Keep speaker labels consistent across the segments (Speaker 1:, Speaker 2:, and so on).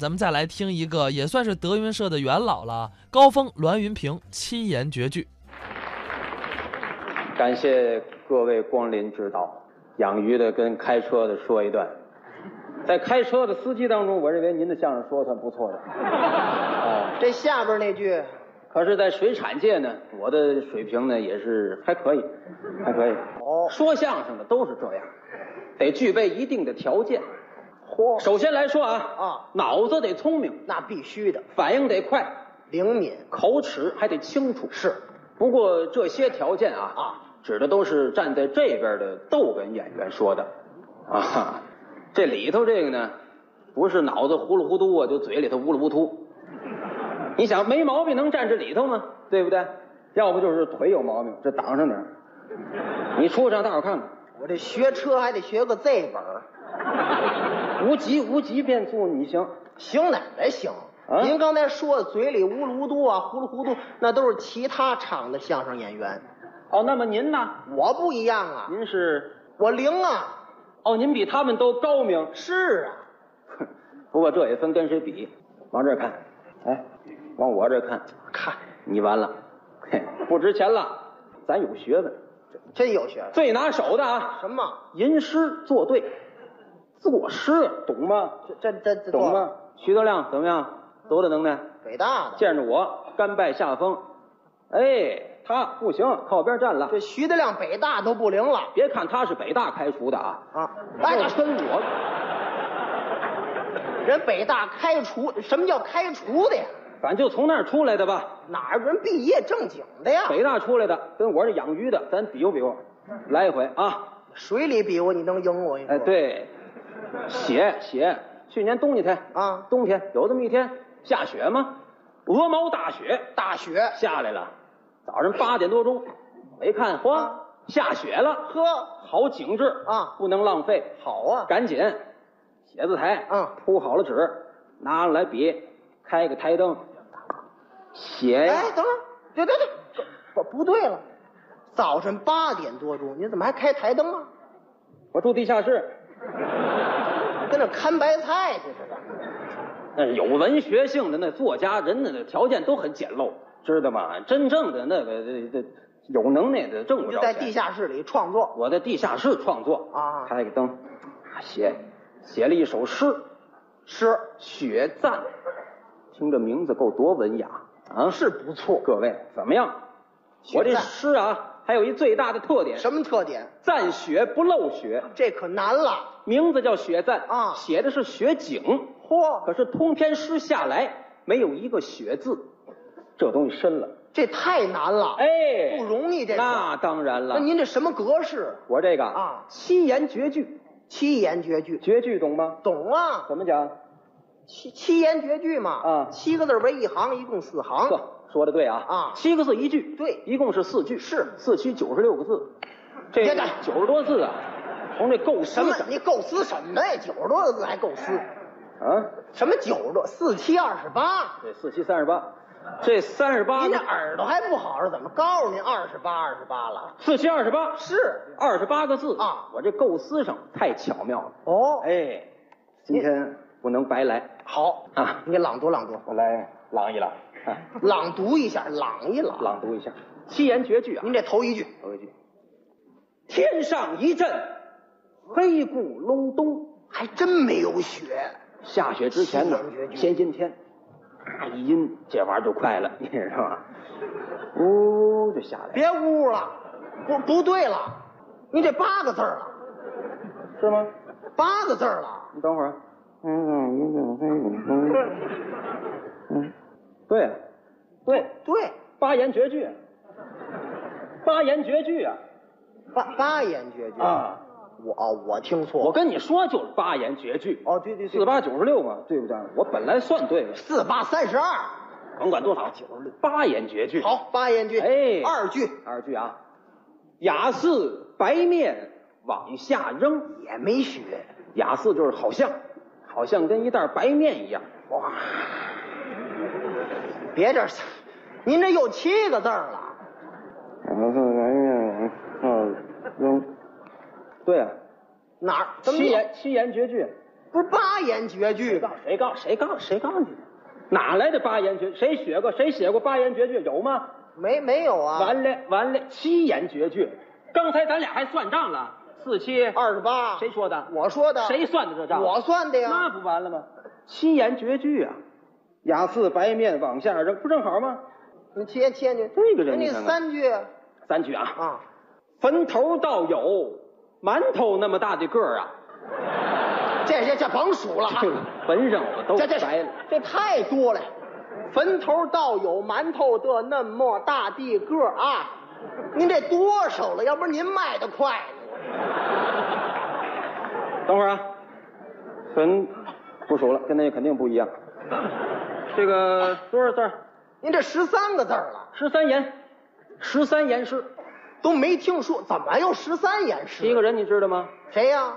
Speaker 1: 咱们再来听一个，也算是德云社的元老了，高峰、栾云平七言绝句。
Speaker 2: 感谢各位光临指导。养鱼的跟开车的说一段，在开车的司机当中，我认为您的相声说得算不错的。啊、
Speaker 3: 这下边那句，
Speaker 2: 可是，在水产界呢，我的水平呢也是还可以，还可以。
Speaker 3: 哦
Speaker 2: 说相声的都是这样，得具备一定的条件。
Speaker 3: 嚯，
Speaker 2: 首先来说啊，
Speaker 3: 啊
Speaker 2: 脑子得聪明，
Speaker 3: 那必须的，
Speaker 2: 反应得快，
Speaker 3: 灵敏
Speaker 2: 口齿还得清楚。
Speaker 3: 是，
Speaker 2: 不过这些条件啊
Speaker 3: 啊，
Speaker 2: 指的都是站在这边的逗哏演员说的，啊，这里头这个呢，不是脑子糊里糊涂啊，就嘴里头乌里乌涂。你想没毛病能站这里头吗？对不对？要不就是腿有毛病，这挡上点儿你出去让大伙儿看看，
Speaker 3: 我这学车还得学个 Z 本儿，
Speaker 2: 无极无极变速你行。
Speaker 3: 行哪来行？
Speaker 2: 啊
Speaker 3: 您刚才说的嘴里乌噜乌嘟啊，糊里糊涂，那都是其他厂的相声演员，
Speaker 2: 哦，那么您呢？
Speaker 3: 我不一样啊，
Speaker 2: 您是
Speaker 3: 我灵啊，
Speaker 2: 哦，您比他们都高明。
Speaker 3: 是啊，
Speaker 2: 不过这也分跟谁比，往这儿看，哎，往我这儿看，
Speaker 3: 看
Speaker 2: 你完了，嘿，不值钱了。咱有学问，
Speaker 3: 真有学问。
Speaker 2: 最拿手的啊，
Speaker 3: 什么？
Speaker 2: 吟诗作对，作诗，懂吗？
Speaker 3: 这这这
Speaker 2: 懂吗？？徐德亮怎么样？多大能耐？
Speaker 3: 北大的，
Speaker 2: 见着我甘拜下风。哎，他不行，靠边站了
Speaker 3: 这。徐德亮北大都不灵了
Speaker 2: 别看他是北大开除的啊，
Speaker 3: 啊！
Speaker 2: 哎，
Speaker 3: 哎，
Speaker 2: 跟我，
Speaker 3: 人北大开除，什么叫开除的呀？
Speaker 2: 反正就从那儿出来的吧。
Speaker 3: 哪儿有人毕业正经的呀？
Speaker 2: 北大出来的，跟我这养鱼的，咱比划比划，来一回啊！
Speaker 3: 水里比划，你能赢我？你说
Speaker 2: 哎，对，写写，去年冬天
Speaker 3: 啊
Speaker 2: 冬天有这么一天下雪吗？鹅毛大雪
Speaker 3: 大学
Speaker 2: 下来了，早上八点多钟，我一看，嚯，下雪了，
Speaker 3: 呵，
Speaker 2: 好景致
Speaker 3: 啊
Speaker 2: 不能浪费，
Speaker 3: 好啊，
Speaker 2: 赶紧写字台
Speaker 3: 啊
Speaker 2: 铺好了纸，拿来笔，开个台灯，
Speaker 3: 哎
Speaker 2: 写呀
Speaker 3: 哎，等会儿，对对对，不不对了，早晨八点多钟，你怎么还开台灯啊？
Speaker 2: 我住地下室，
Speaker 3: 跟那看白菜去似的。
Speaker 2: 那有文学性的那作家，人家的条件都很简陋，知道吗？真正的那个呃这这有能耐的挣
Speaker 3: 你
Speaker 2: 不
Speaker 3: 就
Speaker 2: 着
Speaker 3: 在
Speaker 2: 钱。
Speaker 3: 地，下室里创作，
Speaker 2: 我在地下室创作
Speaker 3: 啊
Speaker 2: 开个灯，写写了一首诗，诗《雪赞》，听这名字够多文雅啊！是不错，各位怎么样？
Speaker 3: 雪
Speaker 2: 我这
Speaker 3: 赞
Speaker 2: 诗啊，还有一最大的特点，
Speaker 3: 什么特点？
Speaker 2: 赞雪不漏雪，
Speaker 3: 这可难了。
Speaker 2: 名字叫《雪赞》
Speaker 3: 啊
Speaker 2: 写的是雪景。可
Speaker 3: 嚯，
Speaker 2: 是通篇诗下来没有一个雪字，这东西深了。
Speaker 3: 这太难了。，
Speaker 2: 哎
Speaker 3: 不容易这事
Speaker 2: 那当然了
Speaker 3: 那。您这什么格式？
Speaker 2: 我这个
Speaker 3: 啊
Speaker 2: 七言绝句，
Speaker 3: 七言绝句，
Speaker 2: 绝句懂吗？
Speaker 3: 懂啊？
Speaker 2: 怎么讲？
Speaker 3: 七七言绝句嘛，
Speaker 2: 啊
Speaker 3: 七个字为一行，一共四行。
Speaker 2: 呵，说的对啊
Speaker 3: 啊
Speaker 2: 七个字一句，
Speaker 3: 对
Speaker 2: 一共是四句，是四七九十六个字，这
Speaker 3: 别打
Speaker 2: 九十多字啊，从这构思
Speaker 3: 什么
Speaker 2: 上？
Speaker 3: 你构思什么呀？九十多个字还构思？
Speaker 2: 啊，
Speaker 3: 什么九十多？四七二十八？
Speaker 2: 这四七三十八，这三十八
Speaker 3: 您这耳朵还不好是怎么？告诉您二十八，二十八了。
Speaker 2: 四七二十八
Speaker 3: 是
Speaker 2: 二十八个字
Speaker 3: 啊
Speaker 2: 我这构思上太巧妙了。
Speaker 3: 哦，
Speaker 2: 哎，今天不能白来
Speaker 3: 好
Speaker 2: 啊！
Speaker 3: 你给朗读朗 读，
Speaker 2: 我来朗一朗，啊，
Speaker 3: 朗读一下，朗一朗。
Speaker 2: 朗读一下七言绝句啊
Speaker 3: 您。这头一句，
Speaker 2: 头一句：天上一阵黑咕隆咚，
Speaker 3: 还真没有学。
Speaker 2: 下雪之前呢
Speaker 3: 七言绝，句
Speaker 2: 先阴天，啊一阴这玩意儿就快 了，你知道吗？呜、就下来了，
Speaker 3: 别污了，不不对了，您这八个字儿了，
Speaker 2: 是吗？
Speaker 3: 八个字儿了。
Speaker 2: 你等会儿，嗯一阵黑咕隆咚，嗯，对啊，对，
Speaker 3: 对，
Speaker 2: 八言绝句啊，八言绝句啊。
Speaker 3: 八八言绝句
Speaker 2: 啊！
Speaker 3: 我哦我听错，
Speaker 2: 我跟你说，就是八言绝句，
Speaker 3: 哦对对对
Speaker 2: 四八九十六嘛，对不对？我本来算对了，
Speaker 3: 四八三十二。
Speaker 2: 甭管多少，九十六，八言绝句。，
Speaker 3: 好，八言句，
Speaker 2: 哎
Speaker 3: 二句
Speaker 2: 二句啊，雅似白面往下扔，
Speaker 3: 也没学。
Speaker 2: 雅似就是好像，好像跟一袋白面一样。哇，
Speaker 3: 别这儿，您这又七个字儿了，
Speaker 2: 雅似白面往下扔，对啊，
Speaker 3: 哪儿？怎么
Speaker 2: 七
Speaker 3: 有
Speaker 2: 言七言绝句，
Speaker 3: 不是八言绝句
Speaker 2: 告
Speaker 3: 吗？
Speaker 2: 谁告谁告谁告你的？哪来的八言绝？谁学过？谁写过八言绝句？有吗？
Speaker 3: 没没有啊？
Speaker 2: 完了完了，七言绝句。刚才咱俩还算账了，四七
Speaker 3: 二十八，
Speaker 2: 谁说的？
Speaker 3: 我说的，
Speaker 2: 谁算的这账？啊
Speaker 3: 我算
Speaker 2: 那
Speaker 3: 的呀。
Speaker 2: 不完了吗？七言绝句啊，雅似白面往下扔，不正好吗？
Speaker 3: 你切切你
Speaker 2: 这个人
Speaker 3: 那
Speaker 2: 你看看
Speaker 3: 三句
Speaker 2: 三句啊，
Speaker 3: 啊，
Speaker 2: 坟头倒有馒头那么大的个儿啊，
Speaker 3: 这这这甭数了啊，
Speaker 2: 这个坟上我都
Speaker 3: 这这
Speaker 2: 白了。
Speaker 3: 这太多了。坟头倒有馒头的那么大地个儿啊，您这多少了？要不然您卖的快呢？
Speaker 2: 等会儿啊，坟不熟了，跟那肯定不一样。这个多少字儿？
Speaker 3: 您这十三个字儿了，
Speaker 2: 十三言，十三言诗。
Speaker 3: 都没听说，怎么又十三言诗？
Speaker 2: 一个人你知道吗？
Speaker 3: 谁呀、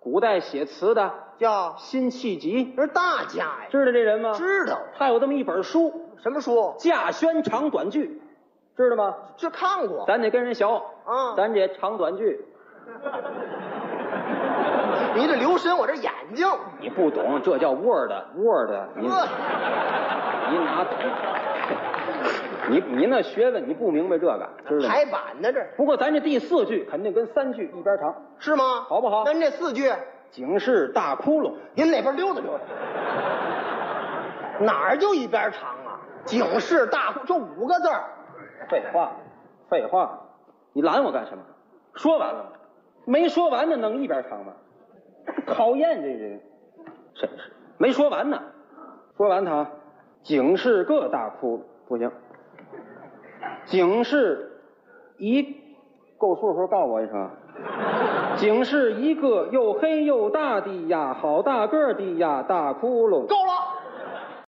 Speaker 2: 古代写词的
Speaker 3: 叫
Speaker 2: 辛弃疾，
Speaker 3: 这是大家呀，
Speaker 2: 知道这人吗？
Speaker 3: 知道
Speaker 2: 他有这么一本书
Speaker 3: 什么书
Speaker 2: 《稼轩长短句》，知道吗？
Speaker 3: 这看过？
Speaker 2: 咱得跟人学
Speaker 3: 嗯
Speaker 2: 咱这长短句
Speaker 3: 你这留神我这眼睛，
Speaker 2: 你不懂，这叫 word word，你
Speaker 3: 呵，
Speaker 2: 你哪懂？ 你你那学问你不明白这个，知道吗？
Speaker 3: 排版呢这
Speaker 2: 不过咱这第四句肯定跟三句一边长。
Speaker 3: 是吗？
Speaker 2: 好不好
Speaker 3: 那您这四句，
Speaker 2: 警示大窟窿，
Speaker 3: 您哪边溜达 溜达？哪儿就一边长啊？警示大户，就五个字儿，
Speaker 2: 废话，废话，你拦我干什么？说完了吗？没说完呢，能一边长吗？讨厌这人，真是没说完呢。说完他啊，警示各大窟窿不行，警示一够数的时候告我一声啊。警示一个又黑又大的呀，好大个儿的呀，大窟窿。
Speaker 3: 够了。